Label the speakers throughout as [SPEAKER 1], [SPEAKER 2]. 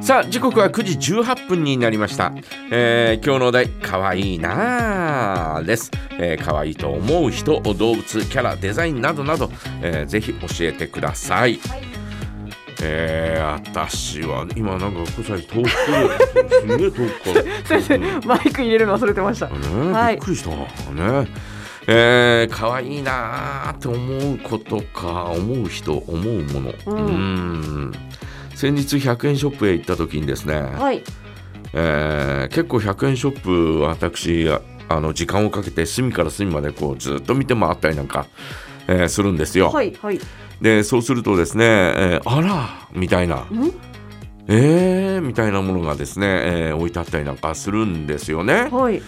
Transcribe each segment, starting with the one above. [SPEAKER 1] さあ時刻は9時18分になりました、えー今日のお題かわいいなあです、えー、かわいいと思う人動物キャラデザインなどなど、えーぜひ教えてください、えー、私は今なんか小さい遠くすんげえ遠くから
[SPEAKER 2] 先生
[SPEAKER 1] うん
[SPEAKER 2] マイク入れるの忘れてました
[SPEAKER 1] ね、
[SPEAKER 2] はい
[SPEAKER 1] びっくりしたね。えー、可愛いなーって思うことか思う人思うもの、う
[SPEAKER 2] うん
[SPEAKER 1] ん、先日100円ショップへ行った時にですね、
[SPEAKER 2] はい
[SPEAKER 1] えー結構100円ショップ私ああの時間をかけて隅から隅までこうずっと見て回ったりなんか、えーするんですよ。
[SPEAKER 2] はいはい
[SPEAKER 1] でそうするとですね、えーあらみたいな、
[SPEAKER 2] ん
[SPEAKER 1] えー、みたいなものがですね、えー置いてあったりなんかするんですよね。
[SPEAKER 2] はい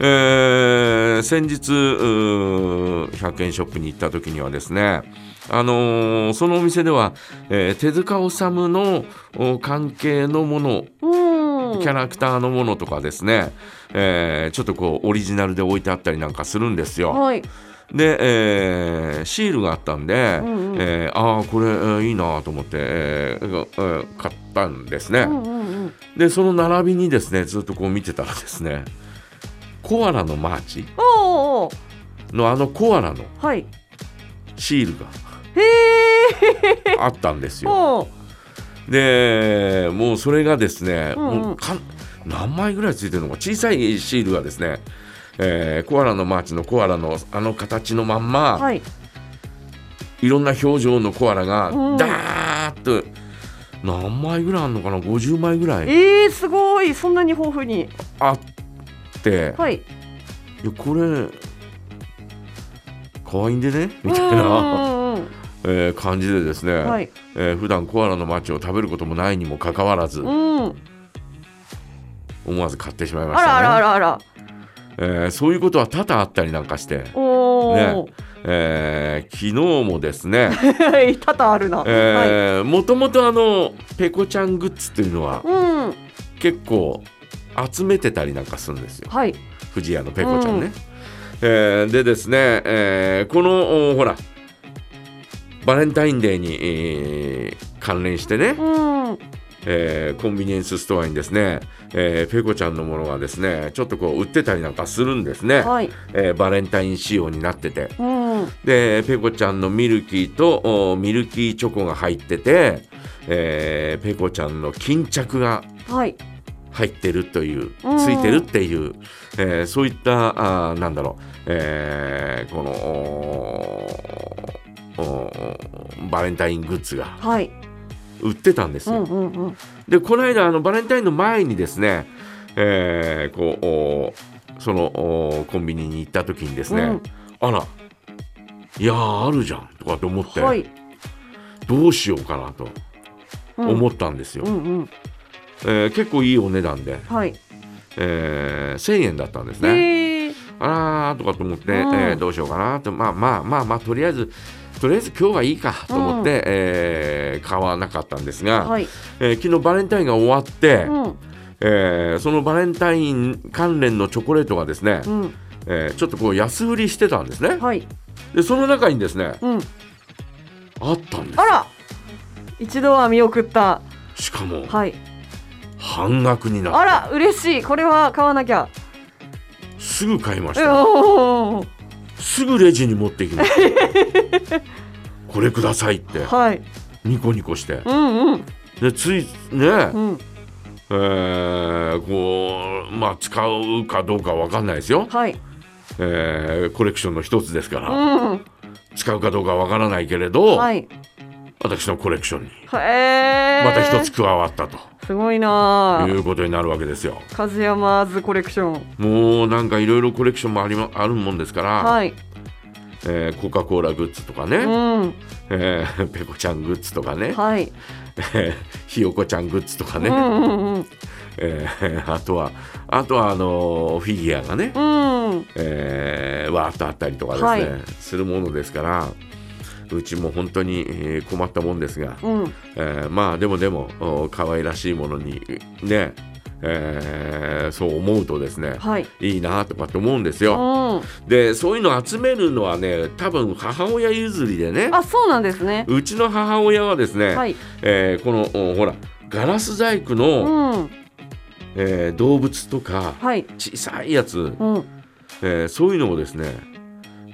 [SPEAKER 1] えー先日うー100円ショップに行った時にはですね、あのーそのお店では、えー手塚治虫のお関係のもの
[SPEAKER 2] うーん
[SPEAKER 1] キャラクターのものとかですね、えーちょっとこうオリジナルで置いてあったりなんかするんですよ。
[SPEAKER 2] はい
[SPEAKER 1] で、えーシールがあったんで、
[SPEAKER 2] うんうん
[SPEAKER 1] えーああこれ、えーいいなと思って、えーえー買ったんですね。
[SPEAKER 2] うんうんうん
[SPEAKER 1] でその並びにですねずっとこう見てたらですねコアラのマーチ
[SPEAKER 2] おーおーおー
[SPEAKER 1] のあのコアラの
[SPEAKER 2] はい
[SPEAKER 1] シールが
[SPEAKER 2] へえ
[SPEAKER 1] あったん ですよ。
[SPEAKER 2] おー
[SPEAKER 1] でもうそれがですね、
[SPEAKER 2] うんうん
[SPEAKER 1] もうかん何枚ぐらいついてるのか小さいシールがですね、えーコアラのマーチのコアラのあの形のまんま、
[SPEAKER 2] はい
[SPEAKER 1] い、ろんな表情のコアラが
[SPEAKER 2] うん
[SPEAKER 1] ダーッと何枚ぐらいあるのかな50枚ぐらい
[SPEAKER 2] えー、すごいそんなに豊富に
[SPEAKER 1] あって、
[SPEAKER 2] はい
[SPEAKER 1] いやこれ可愛いんでねみたいな、
[SPEAKER 2] うんうんうん
[SPEAKER 1] えー感じでですね、
[SPEAKER 2] はい
[SPEAKER 1] えー普段コアラのマーチを食べることもないにもかかわらず
[SPEAKER 2] うん
[SPEAKER 1] 思わず買ってしまい
[SPEAKER 2] あ
[SPEAKER 1] ましたね。
[SPEAKER 2] らあらあらあら
[SPEAKER 1] えーそういうことは多々あったりなんかして、
[SPEAKER 2] おお、
[SPEAKER 1] ねえー昨日もですね、
[SPEAKER 2] はい多々あるな、はい
[SPEAKER 1] えーもともとあのペコちゃんグッズというのは
[SPEAKER 2] うん
[SPEAKER 1] 結構集めてたりなんかするんですよ
[SPEAKER 2] はい
[SPEAKER 1] 藤屋のペコちゃんね。えーでですね、えーこのおほらバレンタインデーに、えー関連してね、
[SPEAKER 2] うん
[SPEAKER 1] えーコンビニエンスストアにですね、えーペコちゃんのものがですねちょっとこう売ってたりなんかするんですね、
[SPEAKER 2] はい
[SPEAKER 1] えーバレンタイン仕様になってて。
[SPEAKER 2] うん
[SPEAKER 1] でペコちゃんのミルキーとおミルキーチョコが入ってて、えーペコちゃんの巾着が
[SPEAKER 2] はい
[SPEAKER 1] 入ってるという
[SPEAKER 2] うん
[SPEAKER 1] ついてるっていう、えーそういったあーなんだろう、えーこのおーおーバレンタイングッズが
[SPEAKER 2] はい
[SPEAKER 1] 売ってたんです
[SPEAKER 2] う
[SPEAKER 1] よ。
[SPEAKER 2] んうんうん
[SPEAKER 1] でこの間あのバレンタインの前にですね、えーこうおーそのおーコンビニに行った時にですね、
[SPEAKER 2] うん
[SPEAKER 1] あらいやーあるじゃんとかと思って、
[SPEAKER 2] はい
[SPEAKER 1] どうしようかなと
[SPEAKER 2] うん
[SPEAKER 1] 思ったんですよ、
[SPEAKER 2] うんうん
[SPEAKER 1] えー結構いいお値段で、
[SPEAKER 2] はい
[SPEAKER 1] えー1000円だったんですね、
[SPEAKER 2] へえ
[SPEAKER 1] あらーとかと思って、
[SPEAKER 2] うん
[SPEAKER 1] えーどうしようかなとまあまあまあまあとりあえずとりあえず今日はいいかと思って、えー買わなかったんですが、
[SPEAKER 2] はい
[SPEAKER 1] えー昨日バレンタインが終わって、
[SPEAKER 2] うん
[SPEAKER 1] えーそのバレンタイン関連のチョコレートがですね、
[SPEAKER 2] うん
[SPEAKER 1] えーちょっとこう安売りしてたんですね
[SPEAKER 2] はい
[SPEAKER 1] でその中にですね
[SPEAKER 2] うん
[SPEAKER 1] あったんで
[SPEAKER 2] あら一度は見送った
[SPEAKER 1] すしかも
[SPEAKER 2] はい
[SPEAKER 1] 半額にな
[SPEAKER 2] あ
[SPEAKER 1] っ
[SPEAKER 2] ら嬉しいこれは買わなきゃ
[SPEAKER 1] すぐ買いまし
[SPEAKER 2] う
[SPEAKER 1] た
[SPEAKER 2] おー
[SPEAKER 1] す ぐレジに持ってきましたこれくださいって
[SPEAKER 2] はい
[SPEAKER 1] ニコニコして
[SPEAKER 2] うんうん
[SPEAKER 1] でついね、
[SPEAKER 2] うん
[SPEAKER 1] えーこうまあ使うかどうかわかんないですよ、
[SPEAKER 2] はい
[SPEAKER 1] えーコレクションの一つですか
[SPEAKER 2] う
[SPEAKER 1] ら
[SPEAKER 2] ん
[SPEAKER 1] 使うかどうかわからないけれど、
[SPEAKER 2] はい
[SPEAKER 1] 私のコレクションに
[SPEAKER 2] へえ
[SPEAKER 1] また一つ加わったと
[SPEAKER 2] すごいなあ
[SPEAKER 1] いうことになるわけですよ
[SPEAKER 2] カズヤマーズコレクション
[SPEAKER 1] もうなんかいろいろコレクションもあり、ま、あるもんですから、
[SPEAKER 2] はい
[SPEAKER 1] えーコカ・コーラグッズとかね、
[SPEAKER 2] うん
[SPEAKER 1] えーペコちゃんグッズとかね、
[SPEAKER 2] はい
[SPEAKER 1] えー ひよこちゃんグッズとかね、
[SPEAKER 2] うんうん
[SPEAKER 1] えー あとはあとはあのーフィギュアがね、
[SPEAKER 2] うんうん
[SPEAKER 1] えーわーっとあったりとかですね、
[SPEAKER 2] はい
[SPEAKER 1] するものですからうちも本当に、えー困ったもんですが、
[SPEAKER 2] うん
[SPEAKER 1] えーまあでもでもお可愛らしいものにね、えーそう思うとですね
[SPEAKER 2] はい
[SPEAKER 1] いいなとかって思うんです
[SPEAKER 2] う
[SPEAKER 1] よ。
[SPEAKER 2] ん
[SPEAKER 1] でそういうの集めるのはね多分母親譲りでね
[SPEAKER 2] あそうなんですね
[SPEAKER 1] うちの母親はですね、
[SPEAKER 2] はいう
[SPEAKER 1] えーこのおほらガラス細工の、
[SPEAKER 2] うん。
[SPEAKER 1] えー動物とか
[SPEAKER 2] はい。
[SPEAKER 1] 小さいやつ、
[SPEAKER 2] うん。
[SPEAKER 1] えーそういうのをですね、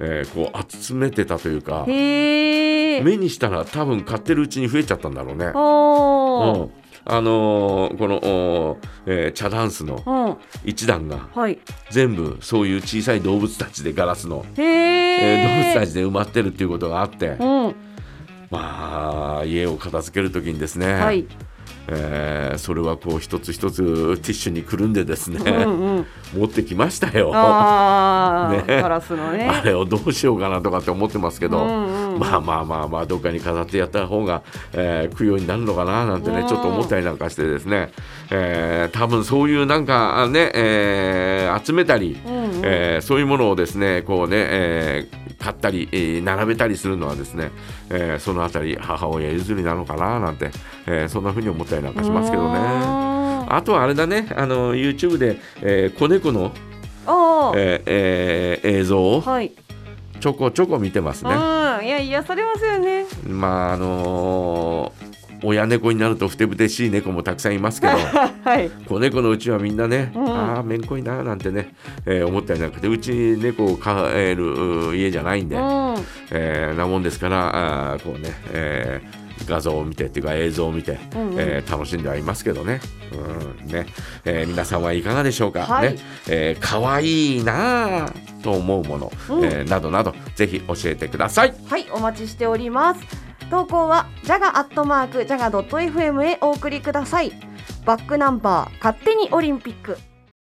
[SPEAKER 1] えーこう集めてたというか
[SPEAKER 2] へえ。
[SPEAKER 1] 目にしたら多分買ってるうちに増えちゃったんだろうね。う
[SPEAKER 2] お
[SPEAKER 1] んあのーこの、おーえー茶ダンスの
[SPEAKER 2] ー。うん。
[SPEAKER 1] 一段が
[SPEAKER 2] はい。
[SPEAKER 1] 全部そういう小さい動物たちでガラスの、
[SPEAKER 2] へ
[SPEAKER 1] えー動
[SPEAKER 2] え。
[SPEAKER 1] 物たちで埋まってるっていうことがあって
[SPEAKER 2] うん。
[SPEAKER 1] まあ家を片付ける時にですね、
[SPEAKER 2] はい。
[SPEAKER 1] えーそれはこう一つ一つティッシュにくるんでですね、
[SPEAKER 2] うん うん。
[SPEAKER 1] 持ってきましたよ。
[SPEAKER 2] あ あ、
[SPEAKER 1] ね
[SPEAKER 2] ガラスのね。
[SPEAKER 1] あれをどうしようかなとかって思ってますけど、
[SPEAKER 2] うんうん
[SPEAKER 1] まあまあまあまあどっかに飾ってやった方が、えー供養になるのかななんてね、
[SPEAKER 2] うん
[SPEAKER 1] ちょっと思ったりなんかしてですね、えー多分そういうなんかね、えー集めたり、
[SPEAKER 2] うんうん
[SPEAKER 1] えーそういうものをですねこうね、えー買ったり、えー並べたりするのはですね、えーそのあたり母親譲りなのかななんて、えーそんな風に思ったりなんかしますけどね。
[SPEAKER 2] あ
[SPEAKER 1] あとはあれだね、あの YouTube で、えー子猫の、
[SPEAKER 2] あー。
[SPEAKER 1] えーえー映像を
[SPEAKER 2] はい。
[SPEAKER 1] ちょこちょこ見てますね。
[SPEAKER 2] うん。いや、癒されます よね。
[SPEAKER 1] まああのー親猫になるとふてぶてしい猫もたくさんいますけ ど
[SPEAKER 2] はい。
[SPEAKER 1] 子猫のうちはみんなね、
[SPEAKER 2] うん
[SPEAKER 1] ああめんこいなーなんてね、えー思ったりなんかでうち猫を飼えるうー家じゃないんで、
[SPEAKER 2] うん。
[SPEAKER 1] えーなもんですからあーこうね、えー画像を見てっていうか映像を見て、
[SPEAKER 2] うんうん
[SPEAKER 1] えー楽しんではいますけどね,、うんねえー皆さんはいかがでしょうか、
[SPEAKER 2] はい
[SPEAKER 1] ねえー、かわいいなあと思うもの、
[SPEAKER 2] うん
[SPEAKER 1] えーなどなどぜひ教えてください。
[SPEAKER 3] はい、お待ちしております。投稿は、ジャガアットマーク、ジャガ .fm へお送りください。バックナンバー、勝手にオリンピック。